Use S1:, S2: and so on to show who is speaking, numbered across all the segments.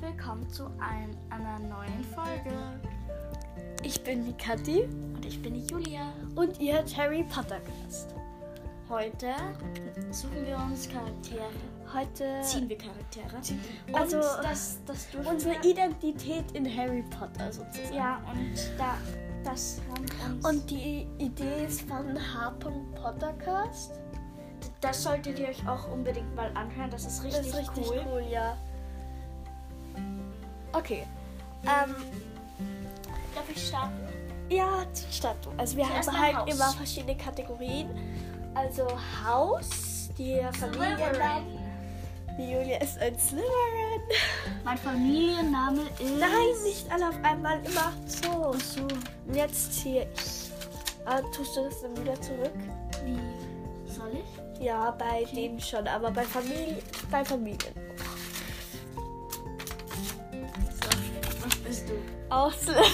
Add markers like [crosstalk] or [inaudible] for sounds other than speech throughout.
S1: willkommen zu ein, einer neuen Folge.
S2: Ich bin die Kathi
S1: Und ich bin die Julia.
S2: und ihr habt Harry Potter gehasst. Heute
S1: Suchen wir uns Charaktere.
S2: heute
S1: Ziehen wir Charaktere. Und
S2: Also,
S1: das, das dürfen
S2: unsere
S1: wir-
S2: Identität in Harry Potter sozusagen.
S1: Ja, und da, das haben uns.
S2: Und die Idee ist von H. Pottercast.
S1: das solltet ihr euch auch unbedingt mal anhören. Das ist richtig,
S2: das ist richtig
S1: cool.
S2: cool, ja. Okay. Ähm,
S1: Darf ich starten?
S2: ja, statt. Also wir
S1: Zuerst
S2: haben
S1: mal
S2: halt
S1: Haus.
S2: immer verschiedene Kategorien. Also Haus, die Familiennamen. Die Julia ist ein Slytherin.
S1: Mein Familienname ist. Oh,
S2: Nein, nicht alle auf einmal, immer so.
S1: So
S2: Und jetzt ziehe ich. Ah, tust du das dann wieder zurück?
S1: wie. Soll ich?
S2: Ja, bei denen schon, aber bei Familien. Bei Familien.
S1: So. Was bist du?
S2: Auch Slytherin.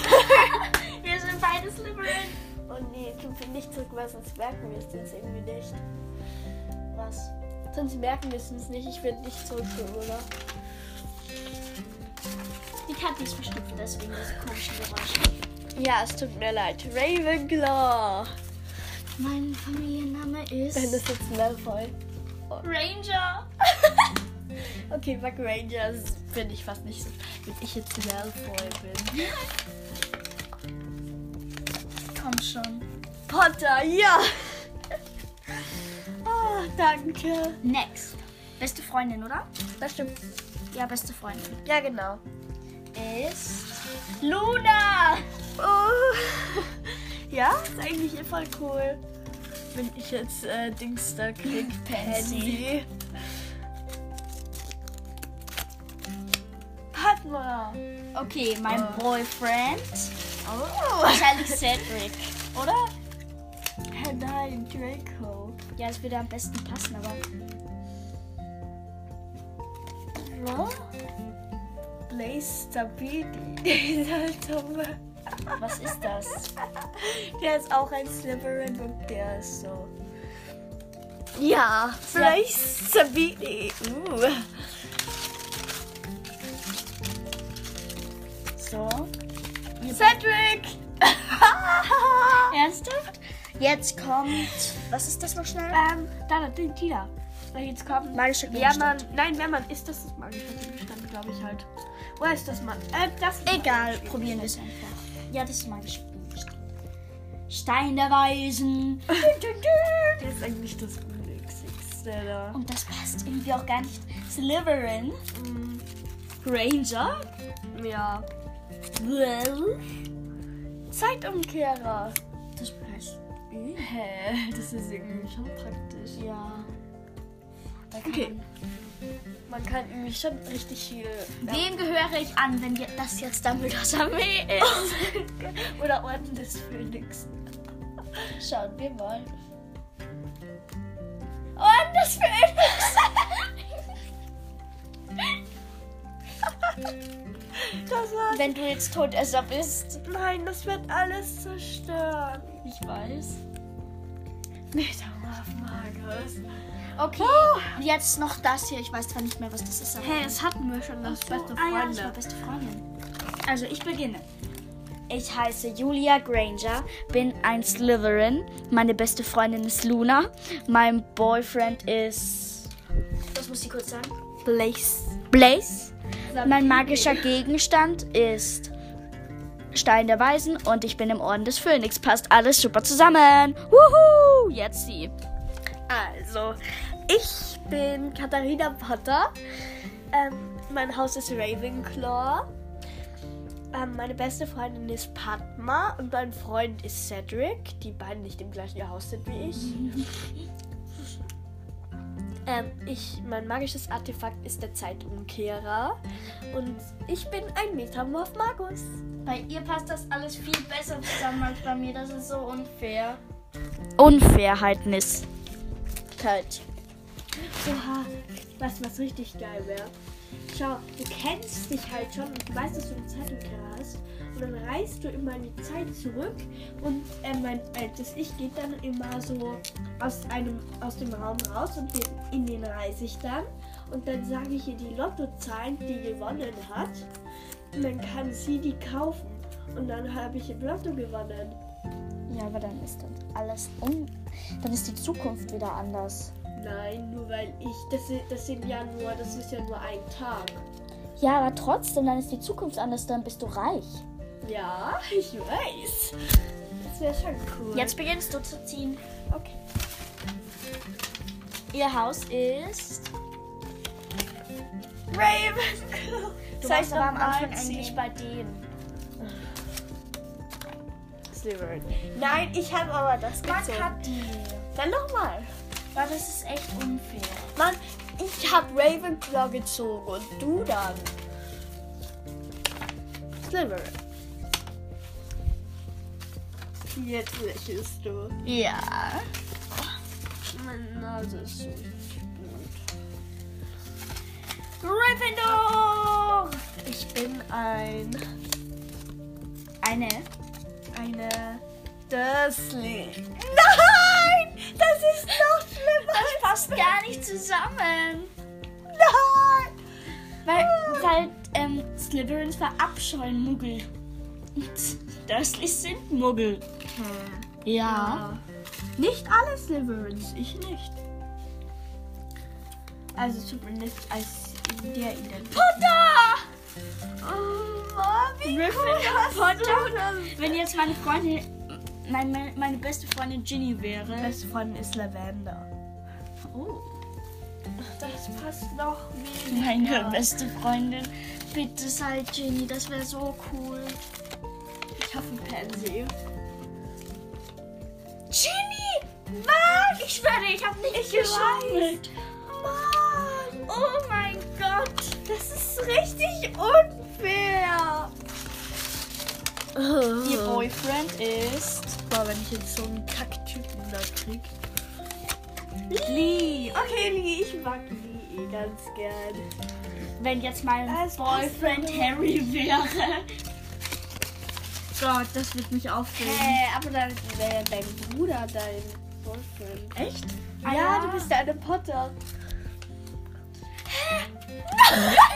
S1: Wir sind beide Slytherin.
S2: [laughs] Oh nee, tut mir nicht zurück, weil sonst merken wir es jetzt irgendwie nicht.
S1: Was?
S2: Sonst merken wir es uns nicht, ich werde nicht zurückgehen, oder?
S1: Die Katze ist verstopft, deswegen das komische Geräusch.
S2: Ja, es tut mir leid. Ravenclaw.
S1: Mein Familienname ist
S2: Dann ist jetzt Malfoy.
S1: Ranger.
S2: Okay, Buck Ranger finde ich fast nicht so. Wenn ich jetzt Malfoy bin.
S1: Komm schon.
S2: Potter, ja! [laughs] Ah, danke.
S1: Next. Beste Freundin, oder?
S2: Das stimmt.
S1: Ja, beste Freundin.
S2: Ja, genau.
S1: Ist Luna.
S2: Oh. Ja, ist eigentlich eh voll cool. Wenn ich jetzt äh, Dings da krieg, Pansy. Padma.
S1: Okay, mein
S2: Oh.
S1: Boyfriend.
S2: Oh.
S1: Wahrscheinlich Cedric.
S2: Oder? Hä, Nein, Draco.
S1: [laughs] Ja, das würde am besten passen, aber.
S2: Ron? Blaze Stabini. [laughs] Dieser dumme.
S1: Was ist das?
S2: Der ist auch ein Slytherin und der ist so. Ja, Blaze Stabini. Uh.
S1: So.
S2: [laughs] Cedric!
S1: Ernsthaft? Jetzt kommt. Was ist das noch schnell?
S2: ähm, da, da, die, die da.
S1: Na, Jetzt kommt.
S2: Magischer
S1: Ja, man.
S2: nein, wenn man ist, das ist magischer Gegenstand, glaube ich halt. Oder ist das man? Äh, das
S1: Egal, probieren wir
S2: [laughs]
S1: es einfach. Ja, das ist mein Gespiel. Stein der Weisen.
S2: Das ist eigentlich das Unnötigste da.
S1: Und das passt irgendwie auch gar nicht. Slytherin. Ranger.
S2: Mm, Ja.
S1: Well.
S2: Zeitumkehrer.
S1: Das passt.
S2: Hä, das ist irgendwie schon praktisch.
S1: Ja. Da kann
S2: Okay.
S1: man-
S2: Man kann irgendwie schon richtig viel.
S1: Wem gehöre ich an, wenn je- das jetzt Dumbledores Armee
S2: [laughs]
S1: ist?
S2: Oder Orden des Phönix.
S1: Schauen wir mal. Und das Phönix.
S2: Das
S1: [laughs]
S2: war.
S1: wenn du jetzt Todesser bist.
S2: Nein, das wird alles zerstören.
S1: Ich weiß.
S2: Nicht auf Magus.
S1: Okay, und jetzt noch das hier. Ich weiß zwar nicht mehr, was das ist, aber.
S2: Hey, das hatten wir schon, das beste
S1: Ah ja, das
S2: Freunde.
S1: war beste Freundin. Also, ich beginne. Ich heiße Julia Granger, bin ein Slytherin. Meine beste Freundin ist Luna. Mein Boyfriend ist
S2: das muss ich kurz sagen.
S1: Blaze. Blaze. Mein magischer Gegenstand ist Stein der Weisen und ich bin im Orden des Phönix. Passt alles super zusammen. Wuhu! Jetzt sie.
S2: Also, ich bin Katharina Potter. Ähm, mein Haus ist Ravenclaw. Ähm, meine beste Freundin ist Padma und mein Freund ist Cedric, die beiden nicht im gleichen Haus sind wie ich. ähm, ich mein magisches Artefakt ist der Zeitumkehrer und ich bin ein Metamorph Magus.
S1: Bei ihr passt das alles viel besser zusammen als bei mir. Das ist so unfair.
S3: Unfairheitnis.
S2: Kalt. Oha, weißt du, was richtig geil wäre? Schau, du kennst dich halt schon und du weißt, dass du eine Zeitumkehrer hast. Und dann reist du immer in die Zeit zurück und äh, mein altes Ich geht dann immer so aus, einem, aus dem Raum raus und den, in den reise ich dann. Und dann sage ich ihr die Lottozahlen, die gewonnen hat. Und dann kann sie die kaufen. Und dann habe ich im Lotto gewonnen.
S1: Ja, aber dann ist dann alles um. Dann ist die Zukunft wieder anders.
S2: Nein, nur weil ich. Das, sind- das sind ja nur, das ist ja nur ein Tag.
S1: Ja, aber trotzdem, dann ist die Zukunft anders, dann bist du reich.
S2: Ja, ich weiß. Das wäre schon cool.
S1: Jetzt beginnst du zu ziehen.
S2: okay.
S1: Ihr Haus ist.
S2: Ravenclaw.
S1: Du
S2: Soll
S1: warst
S2: ich
S1: aber am
S2: nochmal
S1: Anfang
S2: ziehen?
S1: eigentlich bei dem.
S2: Slytherin. Nein, ich habe aber das gezogen.
S1: die.
S2: Dann nochmal.
S1: Aber das ist echt unfair.
S2: Mann, ich habe Ravenclaw gezogen und du dann. Slytherin. Jetzt lächelst du.
S1: Ja.
S2: Meine
S1: also
S2: Nase ist so gut. Gryffindor! Ich bin ein...
S1: Eine.
S2: Eine Dursley. Nein! Das ist noch schlimmer.
S1: Das passt gar nicht zusammen.
S2: Nein! Ah.
S1: Weil, weil ähm, Slytherins verabscheuen Muggel. Und Dursleys sind Muggel. Ja.
S2: Nicht alle Slytherins, ich nicht. Also zumindest als in der Identität.
S1: Potter!
S2: Oh, Mann, wie cool
S1: Gryffindor,
S2: hast
S1: Potter.
S2: du das?
S1: Wenn jetzt meine Freundin, mein, mein, meine beste Freundin Ginny wäre.
S2: Beste Freundin ist Lavender.
S1: Oh.
S2: Das passt noch weniger.
S1: Meine beste Freundin. Bitte sei Ginny, das wäre so cool.
S2: Ich hoffe, Pansy.
S1: Ginny! Mann! Ich schwöre, ich habe nicht ich geschaut.
S2: Mann,
S1: Oh mein Gott.
S2: das ist richtig unfair.
S1: Ihr Boyfriend ist.
S2: Boah, wenn ich jetzt so einen Kacktypen da krieg. Lee. Okay, Lee, ich mag Lee eh ganz gern.
S1: Wenn jetzt mein
S2: Das passt
S1: Boyfriend
S2: aber.
S1: [laughs] Harry wäre.
S2: Gott, das wird mich aufregen. Hey, aber dann wäre dein Bruder dein Boyfriend. Ah
S1: Echt?
S2: Ja,
S1: ja.
S2: du bist ja eine Potter. [laughs]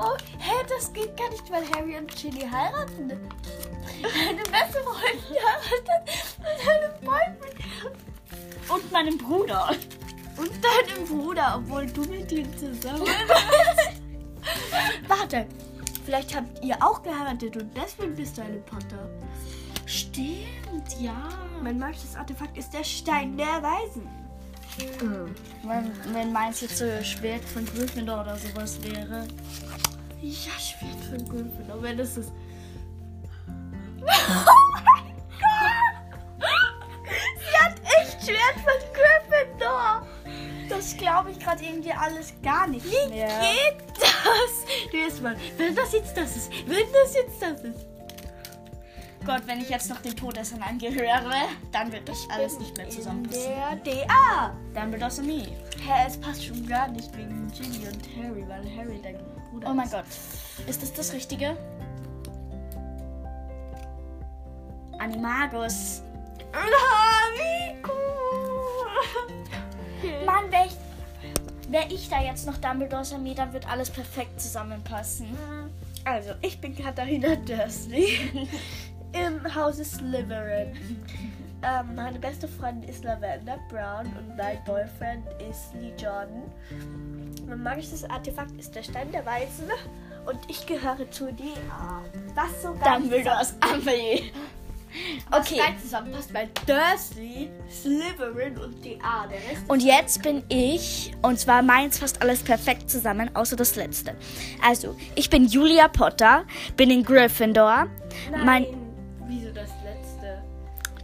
S2: Oh, hä, das geht gar nicht, weil Harry und Ginny heiraten. Deine beste Freundin heiratet mit deinem Boyfriend.
S1: Und meinem Bruder.
S2: Und deinem Bruder, obwohl du mit ihm zusammen bist. Warte, vielleicht habt ihr auch geheiratet und deswegen bist du eine Potter.
S1: Stimmt, ja.
S2: Mein magisches Artefakt ist der Stein der Weisen.
S1: Wenn, wenn meins jetzt so Schwert von Gryffindor oder sowas wäre.
S2: Ja, Schwert von Gryffindor, wenn das ist. [laughs] Sie hat echt Schwert von Gryffindor.
S1: Das glaube ich gerade irgendwie alles gar nicht
S2: Wie geht das? Du erstmal, wenn das jetzt das ist, wenn das jetzt das ist.
S1: Gott, wenn ich jetzt noch den Todessern angehöre, dann wird das alles nicht mehr zusammenpassen.
S2: Der DA.
S1: Dann wird das nie.
S2: Hä, es passt schon gar nicht wegen Ginny und Harry, weil Harry dein Bruder
S1: Oh mein
S2: ist.
S1: Gott. Ist das das Richtige? Animagus.
S2: Ah, wie cool.
S1: Mann, wäre ich, wär ich da jetzt noch Dumbledores Armee, dann wird alles perfekt zusammenpassen.
S2: Also, ich bin Katharina
S1: [laughs]
S2: Dursley. Im Hause Slytherin. Ähm, meine beste Freundin ist Lavender Brown und mein Boyfriend ist Lee Jordan. Mein magisches Artefakt ist der Stein der Weisen und ich gehöre zu DA. Was so gar nicht
S1: Dumbledores Armee. Okay.
S2: Nein, zusammenpasst, weil Dursley, Slytherin und DA, der Rest
S1: Und jetzt bin ich, und zwar meins fast alles perfekt zusammen, außer das letzte. Also, ich bin Julia Potter, bin in Gryffindor.
S2: Nein.
S1: Mein,
S2: Wieso das letzte?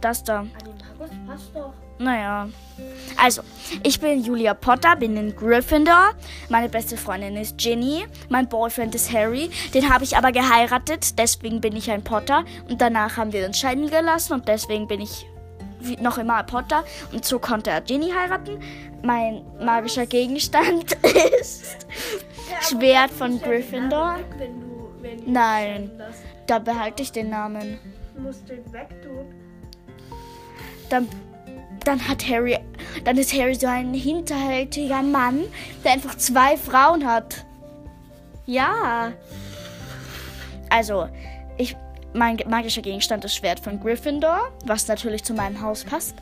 S1: das da,
S2: Animagus passt doch.
S1: naja. Also, ich bin Julia Potter, bin in Gryffindor. Meine beste Freundin ist Ginny. Mein Boyfriend ist Harry. Den habe ich aber geheiratet, deswegen bin ich ein Potter. Und danach haben wir uns scheiden gelassen und deswegen bin ich wie- noch immer ein Potter. Und so konnte er Ginny heiraten. Mein magischer Gegenstand [laughs] ist. Schwert von Gryffindor.
S2: Wenn du, wenn du
S1: Nein.
S2: entscheiden lässt.
S1: Da behalte ich den Namen.
S2: Du musst den wegtun.
S1: Dann, dann hat Harry, dann ist Harry so ein hinterhältiger Mann, der einfach zwei Frauen hat. Ja. Also, ich, mein magischer Gegenstand ist Schwert von Gryffindor, was natürlich zu meinem Haus passt.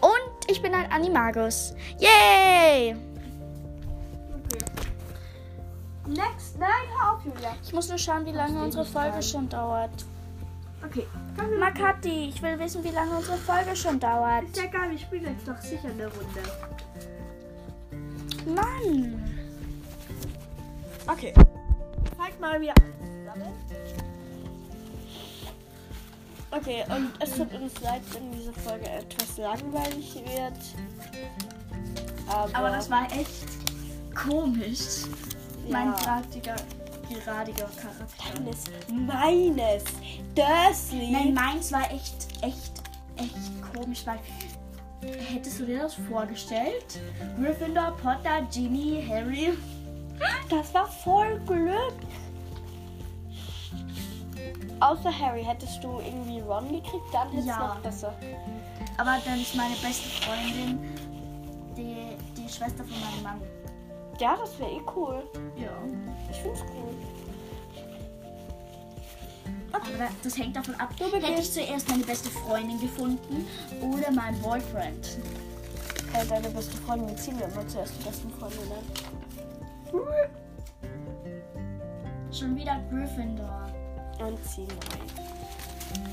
S1: Und ich bin ein Animagus. Yay!
S2: Okay. Next. Nein, hör auf, Julia.
S1: Ich muss nur schauen, wie lange unsere Folge schon dauert.
S2: Okay.
S1: Makati, ich will wissen, wie lange unsere Folge schon dauert.
S2: Ist ja egal, wir spielen jetzt doch sicher eine Runde.
S1: Mann!
S2: Okay. Zeig mal, wie Okay, und es tut uns leid, wenn diese Folge etwas langweilig wird. Aber,
S1: war echt komisch.
S2: mein
S1: gradiger, geradiger Charakter.
S2: meines, meines, Dursley.
S1: Nein, meins war echt, echt, echt komisch, weil hättest du dir das vorgestellt? Gryffindor, Potter, Ginny, Harry.
S2: das war voll Glück. Außer Harry, hättest du irgendwie Ron gekriegt, dann hättest
S1: Ja.
S2: du noch besser.
S1: Aber dann ist meine beste Freundin die, die Schwester von meinem Mann.
S2: Ja, das wäre eh cool.
S1: Ja.
S2: Ich find's cool.
S1: Aber da- das hängt davon ab, hätte ich zuerst meine beste Freundin gefunden oder meinen Boyfriend.
S2: Äh, deine beste Freundin ziehen wir immer zuerst die besten Freunde an.
S1: Schon wieder Gryffindor.
S2: Und ziehen rein.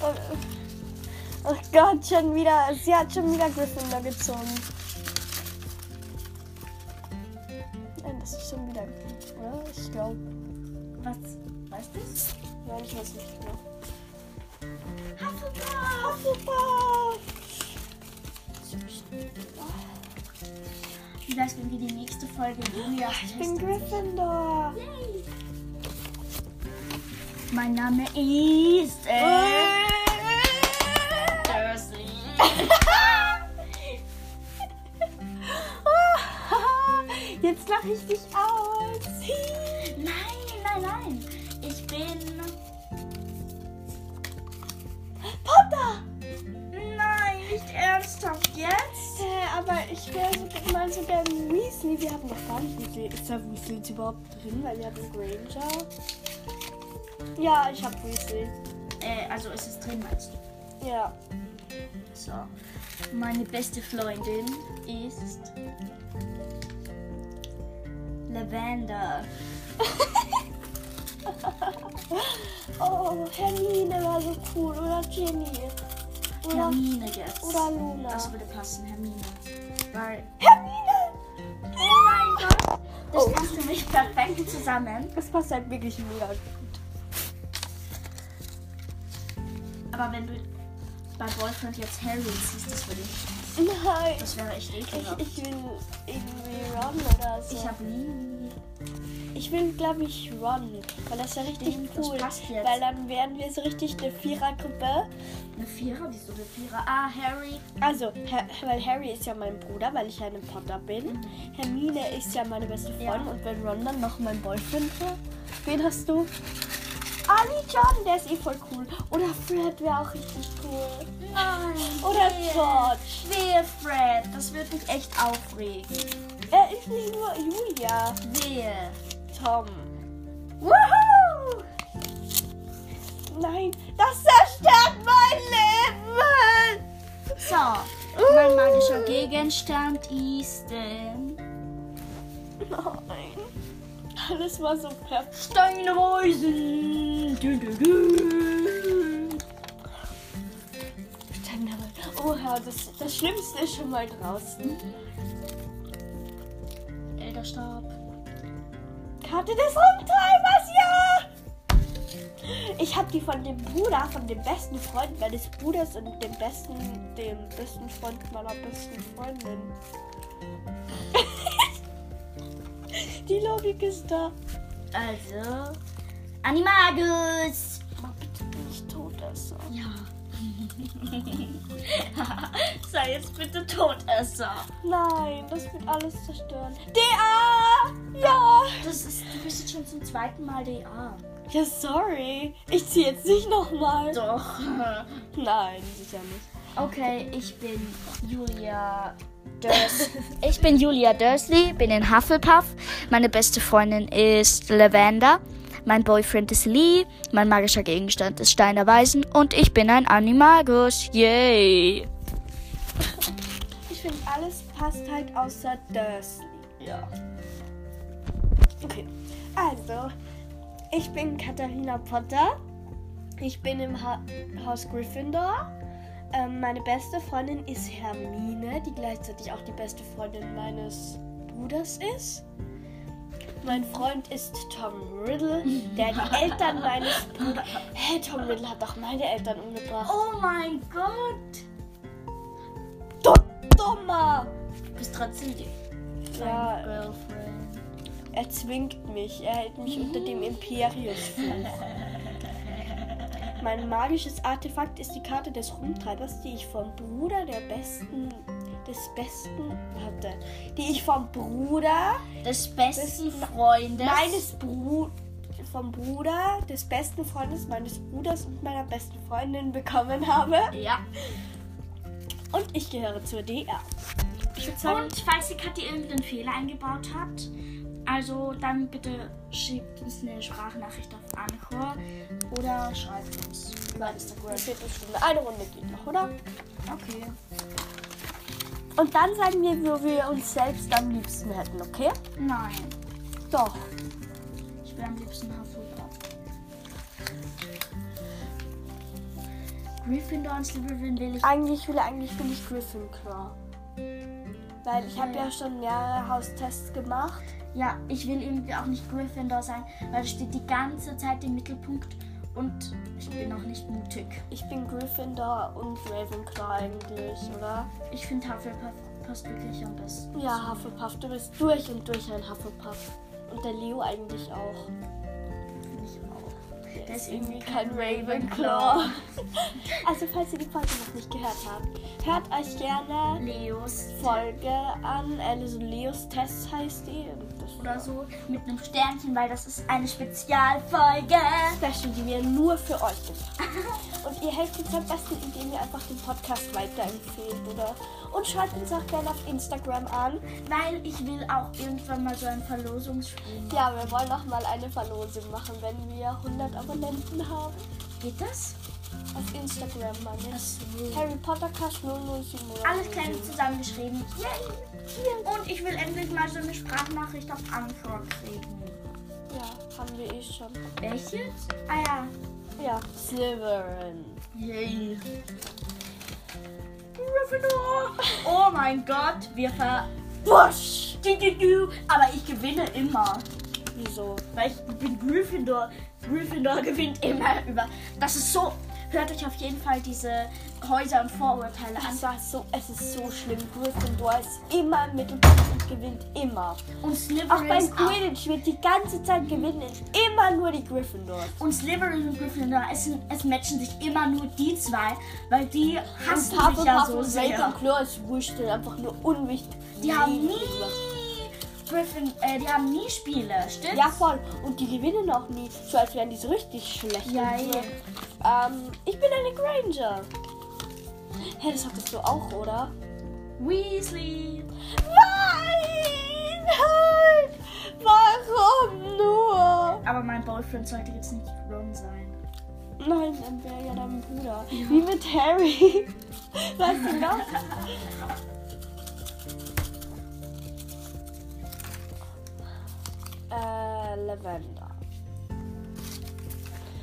S2: Oh, oh Gott, schon wieder. Sie hat schon wieder Gryffindor gezogen. Nein, das ist schon wieder, oder? Ich glaube.
S1: Was? Weißt du?
S2: Nein, ich weiß nicht genau. Hufflepuff! Hufflepuff!
S1: Wie wär's, wenn wir die nächste Folge Julia
S2: Ich bin Gryffindor!
S1: Mein Name ist. Äh, Dursley.
S2: [laughs] Jetzt lache ich dich aus!
S1: [laughs] Nein, nein, nein. Ich bin.
S2: Potter!
S1: Nein, nicht ernsthaft jetzt?
S2: Äh, aber ich wäre so, mal so gern Weasley. Wir haben noch gar nicht Weasley. Ist da Weasley jetzt überhaupt drin? Weil wir hatten Granger. Ja, ich hab Weasley.
S1: Äh, also es ist drin, meinst du?
S2: Ja.
S1: So. Meine beste Freundin ist. Lavender.
S2: Oh, Hermine war so cool. Oder Ginny. Oder,
S1: Hermine jetzt.
S2: oder Luna.
S1: Das würde passen, Hermine. Weil.
S2: Hermine!
S1: Oh mein Gott! Das
S2: Oh.
S1: passt für mich perfekt zusammen.
S2: Das passt halt wirklich mega gut.
S1: Aber wenn du bei Boyfriend jetzt Harry siehst, das würde ich.
S2: Nein,
S1: Das wäre echt ekelhaft.
S2: ich, ich will irgendwie Ron oder so.
S1: Ich habe nie.
S2: Ich will, glaube ich, Ron, weil das ist ja richtig
S1: Stimmt, das
S2: cool.
S1: passt jetzt.
S2: Weil dann wären wir so richtig eine Vierergruppe.
S1: Eine Vierer? Wieso eine Vierer? Ah, Harry.
S2: Also, Ha- weil Harry ist ja mein Bruder, weil ich ja eine Potter bin. Hermine ist ja meine beste
S1: Mhm. Ja.
S2: Freundin und wenn Ron dann noch mein Boyfriend wäre, wen hast du? Ali John, der ist eh voll cool. Oder Fred wäre auch richtig cool.
S1: Nein.
S2: Oder
S1: wehe.
S2: George.
S1: Wehe, Fred. Das wird mich echt aufregen.
S2: Er ist nicht nur Julia.
S1: Wehe.
S2: Tom.
S1: Woohoo!
S2: Nein, das zerstört mein Leben!
S1: So, mein magischer Gegenstand ist. Äh,
S2: Nein. Alles war so perfekt.
S1: Steinreisen. Dü, dü, dü.
S2: Oha, Oh, das, das Schlimmste ist schon mal draußen.
S1: Elderstab.
S2: Karte des Rumtreibers, ja! Ich habe die von dem Bruder, von dem besten Freund meines Bruders und dem besten, dem besten Freund meiner besten Freundin. [laughs] die Logik ist da.
S1: Also. Animagus.
S2: Mach bitte. Todesser.
S1: [laughs] Ja. Sei jetzt bitte Todesser.
S2: Nein, das wird alles zerstören. DA! Ja!
S1: Das ist, du bist jetzt schon zum zweiten Mal DA.
S2: Ja, sorry. Ich ziehe jetzt nicht nochmal.
S1: Doch.
S2: Nein, sicher nicht.
S1: Okay, ich bin Julia Dursley. Ich bin Julia Dursley, bin in Hufflepuff. Meine beste Freundin ist Lavender. Mein Boyfriend ist Lee. Mein magischer Gegenstand ist Stein der Weisen. Und ich bin ein Animagus. Yay.
S2: Ich finde, alles passt halt außer Dursley.
S1: Ja.
S2: Okay, also, ich bin Katharina Potter. Ich bin im ha Haus Gryffindor. Ähm, meine beste Freundin ist Hermine, die gleichzeitig auch die beste Freundin meines Bruders ist. Mein Freund ist Tom Riddle, der die Eltern meines Bruders. Hä, Tom Riddle hat doch meine Eltern umgebracht.
S1: Oh mein Gott.
S2: Du Dummer!
S1: Du bist trotzdem die
S2: Ja,
S1: Girlfriend.
S2: er zwingt mich. Er hält mich unter dem Imperius-Fluch. Mein magisches Artefakt ist die Karte des Rumtreibers, die ich vom Bruder der besten des besten hatte, die ich vom Bruder
S1: Des besten Freundes.
S2: meines Bru vom Bruder des besten Freundes meines Bruders und meiner besten Freundin bekommen habe
S1: Ja.
S2: und ich gehöre zur DR. Ich würde sagen,
S1: Und falls die Katja irgendeinen Fehler eingebaut hat, also dann bitte schickt uns eine Sprachnachricht auf Anchor oder schreibt uns über Instagram.
S2: eine Viertelstunde, eine Runde geht noch, oder?
S1: Okay.
S2: Und dann sagen wir, wo wir uns selbst am liebsten hätten, okay?
S1: Nein,
S2: Doch.
S1: ich bin am liebsten Hufflepuff. Gryffindor und Slytherin will ich.
S2: Eigentlich, Jule, eigentlich bin ich Gryffindor. Weil ich habe ja schon mehrere Haustests gemacht.
S1: Ja, ich will irgendwie auch nicht Gryffindor sein, weil da steht die ganze Zeit im Mittelpunkt und ich bin auch nicht mutig.
S2: Ich bin Gryffindor und Ravenclaw eigentlich, oder?
S1: Ich finde Hufflepuff passt wirklich am besten.
S2: Ja, Hufflepuff, du bist durch und durch ein Hufflepuff. Und der Leo eigentlich auch.
S1: Finde ich auch.
S2: Der ist irgendwie kein Ravenclaw. [laughs] Also, falls ihr die Folge noch nicht gehört habt, hört euch gerne
S1: Leos
S2: Folge an. Also, Leos Test heißt die. Das
S1: oder so mit einem Sternchen, weil das ist eine Spezialfolge.
S2: Special, die wir nur für euch gemacht haben. Und ihr helft uns am besten, indem ihr einfach den Podcast weiterempfehlt, oder? Und schaut uns auch gerne auf Instagram an.
S1: Weil ich will auch irgendwann mal so ein Verlosungsspiel.
S2: Ja, wir wollen auch mal eine Verlosung machen, wenn wir 100 Abonnenten haben.
S1: Geht das?
S2: Auf Instagram, meine ich.
S1: Achso.
S2: Harry Potter Cast 0070.
S1: Alles klein zusammengeschrieben. Yay. Und ich will endlich mal so eine Sprachnachricht auf Anchor kriegen.
S2: Ja, haben wir eh schon.
S1: Welches? Ah ja.
S2: Ja, Slytherin.
S1: Yay. Gryffindor. Oh mein Gott, wir ver...
S2: Busch!
S1: Du, du, du. Aber ich gewinne immer.
S2: Wieso?
S1: Weil ich bin Gryffindor. Gryffindor gewinnt immer über. Das ist so. Hört euch auf jeden Fall diese Häuser und Vorurteile an.
S2: Es war so, es ist so schlimm. Gryffindor ist immer im Mittelpunkt und gewinnt immer.
S1: Und
S2: Auch
S1: Slytherin
S2: beim
S1: ist auch.
S2: Quidditch wird die ganze Zeit gewinnen immer nur die Gryffindor.
S1: Und Slytherin und Gryffindor, es, sind- es matchen sich immer nur die zwei, weil die hassen sich ja so
S2: und
S1: sehr.
S2: Ravenclaw ist wurscht und einfach nur unwichtig.
S1: Die haben nie
S2: gemacht.
S1: Griffin, äh, die haben nie Spiele, stimmt?
S2: Ja, voll. Und die gewinnen auch nie. So als wären die so richtig schlecht.
S1: Ja,
S2: und so.
S1: eben.
S2: Ähm, ich bin eine Granger. Hä, das hattest du auch, oder?
S1: Weasley.
S2: Nein! Halt! Warum nur?
S1: Aber mein Boyfriend sollte jetzt nicht Ron sein.
S2: Nein, dann wäre ja dein Bruder. Wie mit Harry. [laughs] Weißt du noch? äh, Lavender.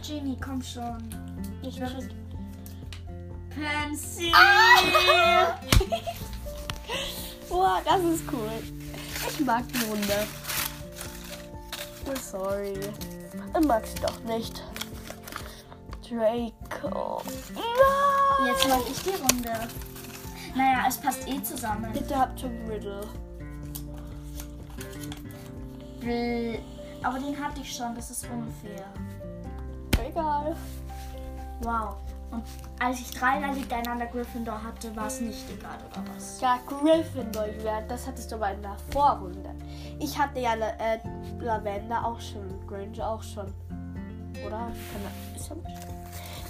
S1: Ginny, komm schon.
S2: Ich
S1: Pansy.
S2: Ah! [laughs] Boah, das ist cool. Ich mag die Runde. Oh, sorry. Ich mag sie doch nicht. Draco. Nein!
S1: Jetzt mache ich die Runde. Naja, es passt eh zusammen.
S2: Bitte habt Tom Riddle.
S1: Bl- Aber den hatte ich schon, das ist unfair.
S2: Egal.
S1: Wow. Und als ich dreimal hintereinander Gryffindor hatte, war es nicht egal, oder was?
S2: Ja, Gryffindor, ja, das hattest du aber in der Vorrunde. Ich hatte ja La- äh, Lavender auch schon, Granger auch schon. Oder? Kann man- ist ja wurscht.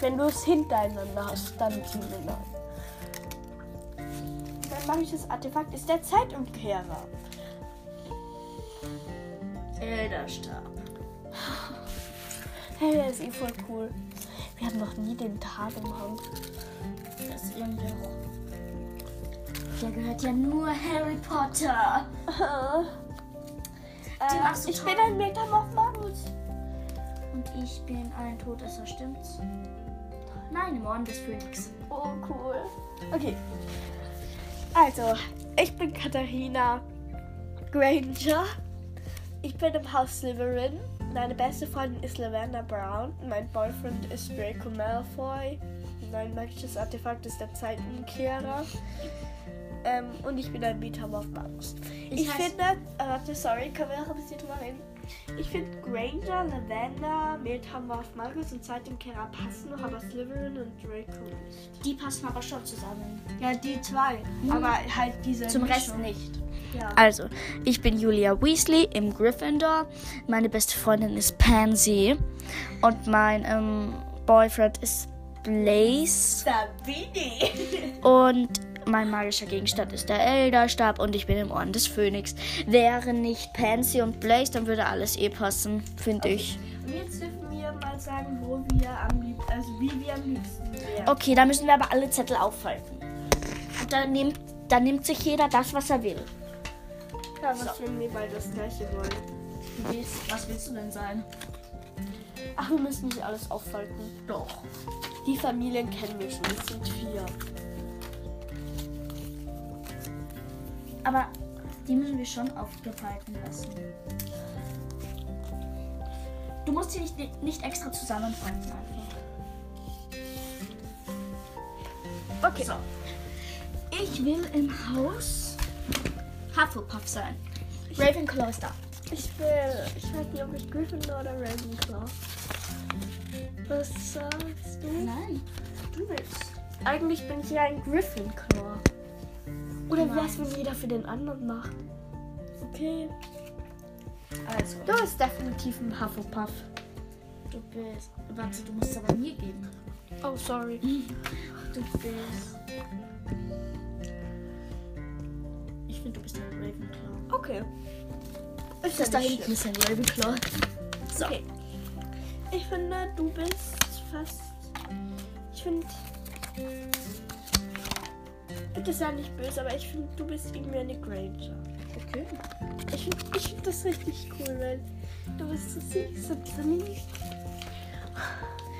S2: Wenn du es hintereinander hast, dann Gryffindor. Mein magisches Artefakt ist der Zeitumkehrer.
S1: Elderstab.
S2: Hey, der ist eh voll cool. Wir hatten noch nie den Tag im [laughs] Hand.
S1: Das ist irgendwie auch. Der gehört ja nur Harry Potter. Den
S2: Äh,
S1: machst du
S2: ich bin ein Metamorph Magus.
S1: Und ich bin ein Todesser, stimmt's? Nein, im Orden des Phönix.
S2: Oh, cool. Okay. Also, ich bin Katharina Granger. Ich bin im Haus Slytherin. Meine beste Freundin ist Lavender Brown. Mein Boyfriend ist Draco Malfoy. Mein magisches Artefakt ist der Zeitenkehrer. Ähm, und ich bin ein Metamorph Magus. Ich,
S1: heiß-
S2: finde, äh, warte, sorry, können wir noch ein bisschen drüber reden? Ich finde Granger, Lavender, Metamorph Magus und Zeitenkehrer passen noch, aber Slytherin und Draco nicht.
S1: Die passen aber schon zusammen.
S2: Ja, die zwei. Aber halt diese.
S4: Zum Rest
S2: Mischung.
S4: nicht.
S2: Ja.
S4: Also, ich bin Julia Weasley im Gryffindor. Meine beste Freundin ist Pansy. Und mein ähm, Boyfriend ist Blaze.
S2: [laughs] Sabine.
S4: Und mein magischer Gegenstand ist der Elderstab. Und ich bin im Orden des Phönix. Wäre nicht Pansy und Blaze, dann würde alles eh passen, finde ich.
S2: Und jetzt dürfen wir mal sagen, wo wir am liebsten, also wie wir am liebsten wären.
S4: Okay, da müssen wir aber alle Zettel aufhalten. Und dann nimmt, dann nimmt sich jeder das, was er will.
S2: Ja, was wenn wir beide das gleiche wollen.
S1: Was willst du denn sein?
S2: Ach, wir müssen nicht alles aufhalten.
S1: Doch.
S2: Die Familien kennen wir schon, es sind vier.
S1: Aber die müssen wir schon aufgefalten lassen. Du musst sie nicht, nicht extra zusammenfalten einfach.
S2: Okay.
S1: Ich will im Haus Hufflepuff sein. Ravenclaw ist da.
S2: Ich will, ich weiß nicht, ob ich Gryffindor oder Ravenclaw. Was sagst du?
S1: Nein, du willst.
S2: Eigentlich bin ich ja ein Gryffindor. Oder
S1: Nein.
S2: was, wenn jeder für den anderen macht? Okay.
S1: Also,
S2: Du bist definitiv ein Hufflepuff.
S1: du bist. Warte, du musst es aber mir geben.
S2: Oh, sorry.
S1: Du bist. Ich finde, du bist ein Ravenclaw.
S2: Okay. Ist
S1: Das da hinten ist ein Ravenclaw. So.
S2: Okay. Ich finde, du bist fast. Ich finde. Bitte sei nicht böse, aber ich finde, du bist irgendwie eine Granger.
S1: okay.
S2: Ich finde ich find das richtig cool, weil du bist so süß und sanft.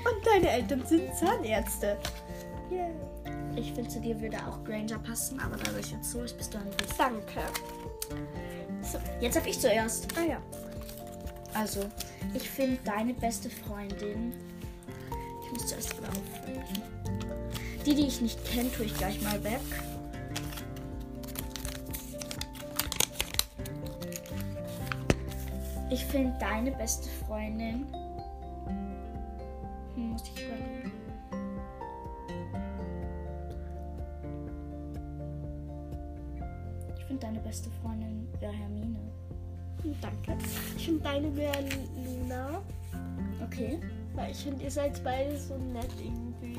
S2: Und deine Eltern sind Zahnärzte. Yay.
S1: Ich finde, zu dir würde auch Granger passen, aber dadurch jetzt so ist, bist du ein bisschen.
S2: Danke.
S1: Jetzt hab ich zuerst.
S2: Ah ja.
S1: Also, ich finde deine beste Freundin. Ich muss zuerst aber aufhören. Die, die ich nicht kenne, tue ich gleich mal weg. Ich finde deine beste Freundin. Hm, muss ich überlegen. Ich finde deine beste Freundin wäre Hermine.
S2: Danke. Ich finde deine wäre Luna.
S1: Okay.
S2: Weil ich finde, ihr seid beide so nett irgendwie.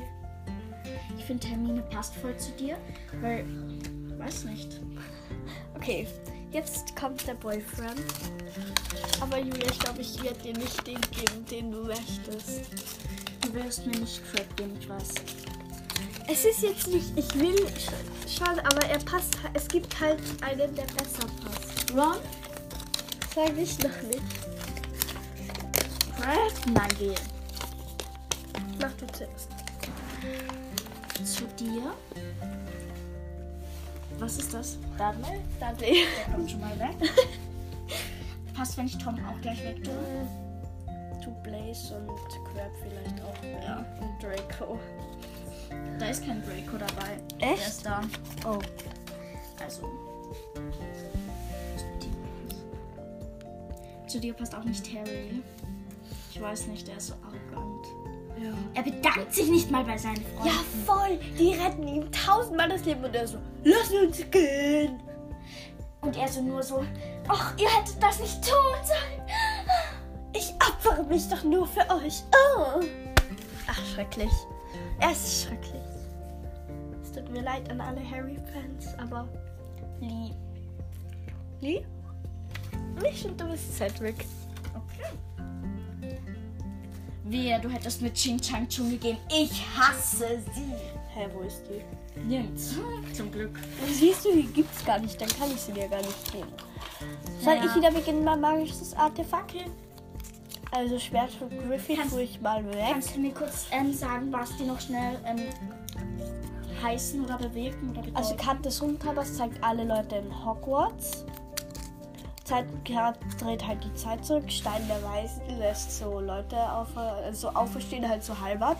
S1: Ich finde Hermine passt voll zu dir, weil weiß nicht.
S2: Okay, jetzt kommt der Boyfriend. Aber Julia, ich glaube, ich werde dir nicht den geben, den du möchtest.
S1: Du wirst mir nicht Crack geben, ich weiß.
S2: Es ist jetzt nicht, ich will, sch- schade, aber er passt, ha- es gibt halt einen, der besser passt.
S1: Ron?
S2: Sag ich noch nicht.
S1: Crack? Nein, geh.
S2: Mach du zuerst.
S1: Zu dir? Was ist das? Dudley?
S2: Dudley.
S1: Der kommt schon mal weg. Passt, wenn ich Tom auch gleich weg tue?
S2: Du Blaze und Crab vielleicht auch.
S1: Ja.
S2: Und Draco.
S1: Da ist kein Draco dabei. Der
S2: Echt?
S1: ist da.
S2: Oh.
S1: Also. Zu dir. Zu dir passt auch nicht Harry. Ich weiß nicht, der ist so arrogant.
S3: Er bedankt sich nicht mal bei seinen Freunden.
S2: Ja, voll. Die retten ihm tausendmal das Leben und er so, lass uns gehen.
S3: Und er so nur so, ach, ihr hättet das nicht tun sollen.
S2: Ich opfere mich doch nur für euch. Oh. Ach, schrecklich. Es ist schrecklich. Es tut mir leid an alle Harry-Fans, aber Lee. Lee? Nicht und du bist Cedric.
S3: Wehe, du hättest mit Ching Chang Chung gegeben. Ich hasse sie.
S2: Hä, wo ist die?
S3: Nirgends. Zum Glück.
S2: Siehst du, die gibt's gar nicht, dann kann ich sie mir gar nicht geben. Soll
S3: Ja.
S2: ich wieder beginnen, mein magisches Artefakt? Also Schwert von Griffith tue ich mal weg.
S3: Kannst du mir kurz ähm, sagen, was die noch schnell ähm, heißen oder bewirken oder bedeuten?
S2: Also Karte des Rumtreibers zeigt alle Leute in Hogwarts. Zeitgrad dreht halt die Zeit zurück. Stein der Weisen lässt so Leute auf, also auferstehen, halt so halbert.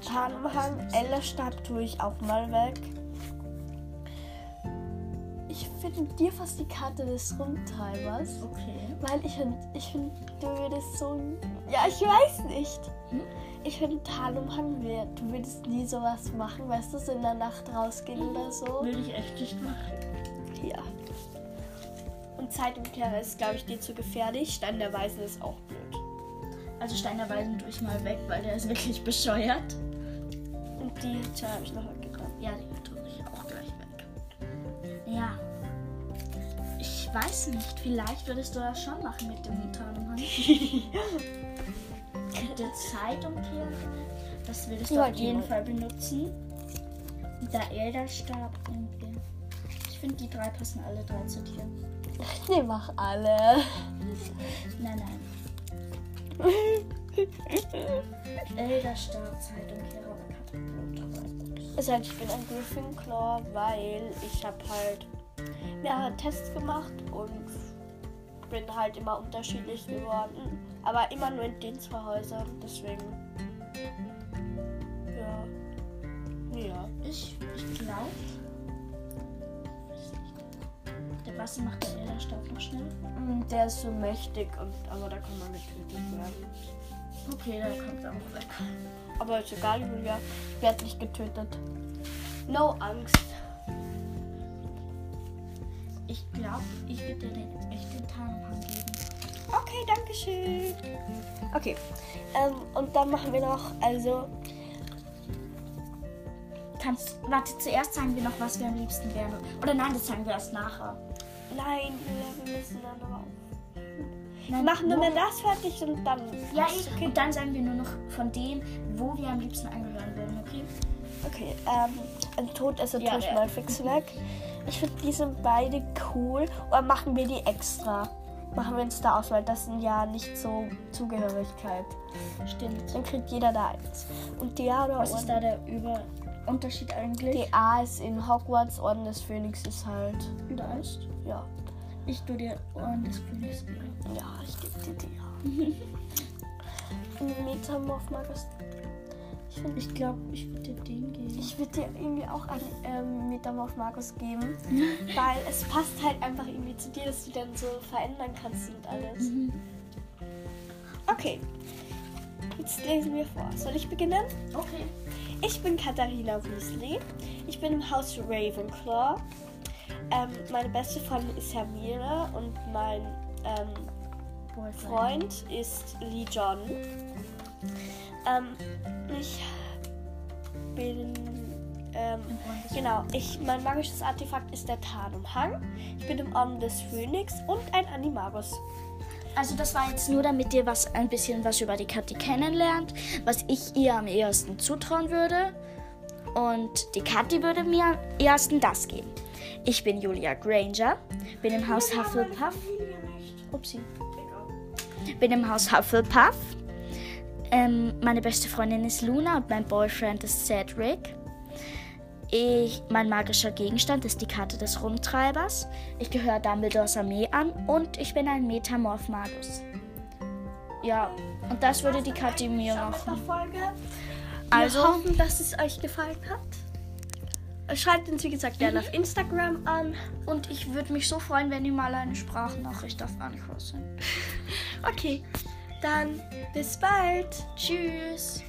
S2: Tarnumhang, Ellerstab tue ich auch mal weg. Ich finde dir fast die Karte des Rumtreibers.
S3: okay.
S2: Weil ich finde, ich find, du würdest so. Ja, ich weiß nicht. Ich finde, Tarnumhang, wär- du würdest nie sowas machen, weißt du, so in der Nacht rausgehen oder so.
S3: Würde ich echt nicht machen.
S2: Ja. Und Zeitumkehrer ist, glaube ich, dir zu gefährlich. Stein der Weisen ist auch blöd.
S3: Also Steiner Weisen tue ich mal weg, weil der ist wirklich bescheuert.
S2: Und die Hitcher habe ich noch weggetan.
S3: Ja, den tue ich auch gleich weg. Ja. Ich weiß nicht, vielleicht würdest du das schon machen mit dem Tarnumhang. mit der Zeitumkehr. Das würdest du
S2: Ja,
S3: auf
S2: die
S3: jeden
S2: mal.
S3: Fall benutzen. Mit der Elderstab und dem- Ich finde, die drei passen alle drei zu dir.
S2: Nee, mach alle.
S3: Nein, nein. [laughs] Elderstab, Zeitumkehr oder Katapult.
S2: Ist halt, ich bin ein Gryffindor, weil ich habe halt mehrere Tests gemacht und bin halt immer unterschiedlich geworden. Aber immer nur in den zwei Häusern, deswegen. Ja. Ja.
S3: Ich, ich glaube. Der Basti macht den Elderstab noch schnell.
S2: Mm, Der ist so mächtig, und, aber da kann man getötet werden.
S3: Okay, der kommt auch weg.
S2: Aber ist egal, Julia. Ich werde nicht getötet. No Angst.
S3: Ich glaube, ich würde dir den jetzt echt den Tarnumhang geben.
S2: Okay, danke schön. Okay, ähm, und dann machen wir noch, also,
S3: Kannst, warte, zuerst sagen wir noch, was wir am liebsten wären. Oder nein, das sagen wir erst nachher.
S2: nein, Julia, wir müssen dann aber Wir
S3: Nein,
S2: machen nur
S3: wo-
S2: mehr das fertig und dann.
S3: Ja,
S2: ist
S3: ich, und dann sagen wir nur noch von dem, wo wir am liebsten angehören würden, okay?
S2: Okay, ähm, ein Todesser
S3: Ja,
S2: tue ich
S3: ja.
S2: mal fix weg. Ich finde, die sind beide cool. Oder machen wir die extra? Machen wir uns da aus, weil das sind ja nicht so Zugehörigkeit.
S3: Stimmt.
S2: Dann kriegt jeder da eins. Und Diana
S3: Was ist da der Über Unterschied eigentlich?
S2: Die A ist in Hogwarts, Orden des Phönix ist halt.
S3: Überall ist.
S2: Ja.
S3: Ich tue dir Ohren des Königs geben.
S2: Ja, ich gebe dir die A. [laughs] Metamorph Magus. Ich finde.
S3: Ich glaube, ich würde dir den geben.
S2: Ich würde dir irgendwie auch einen ähm, Metamorph Markus [laughs] geben, weil es passt halt einfach irgendwie zu dir, dass du dann so verändern kannst und alles. Okay, jetzt lesen wir vor. Soll ich beginnen?
S3: Okay.
S2: Ich bin Katharina Weasley. Ich bin im Haus Ravenclaw. Ähm, meine beste Freundin ist Hermine und mein ähm, Freund ist Lee John. Ähm, ich bin. Ähm, genau, ich, mein magisches Artefakt ist der Tarnumhang. Ich bin im Orden des Phönix und ein Animagus.
S1: Also das war jetzt nur, damit ihr was ein bisschen was über die Kathi kennenlernt, was ich ihr am ehesten zutrauen würde. Und die Kathi würde mir am ehesten das geben. Ich bin Julia Granger, bin im Haus Hufflepuff. Upsi. Bin im Haus Hufflepuff. Ähm, meine beste Freundin ist Luna und mein Boyfriend ist Cedric. Ich, mein magischer Gegenstand ist die Karte des Rumtreibers. Ich gehöre Dumbledores Armee an und ich bin ein Metamorph Magus. Ja, und das würde die Kathi mir machen.
S2: Folge. Wir
S1: Also,
S2: hoffen, dass es euch gefallen hat. Schreibt uns, wie gesagt, gerne
S1: Mhm.
S2: auf Instagram an.
S1: und ich würde mich so freuen, wenn ihr mal eine Sprachnachricht auf Ankrossen.
S2: Okay.
S5: Dann bis bald.
S2: Tschüss.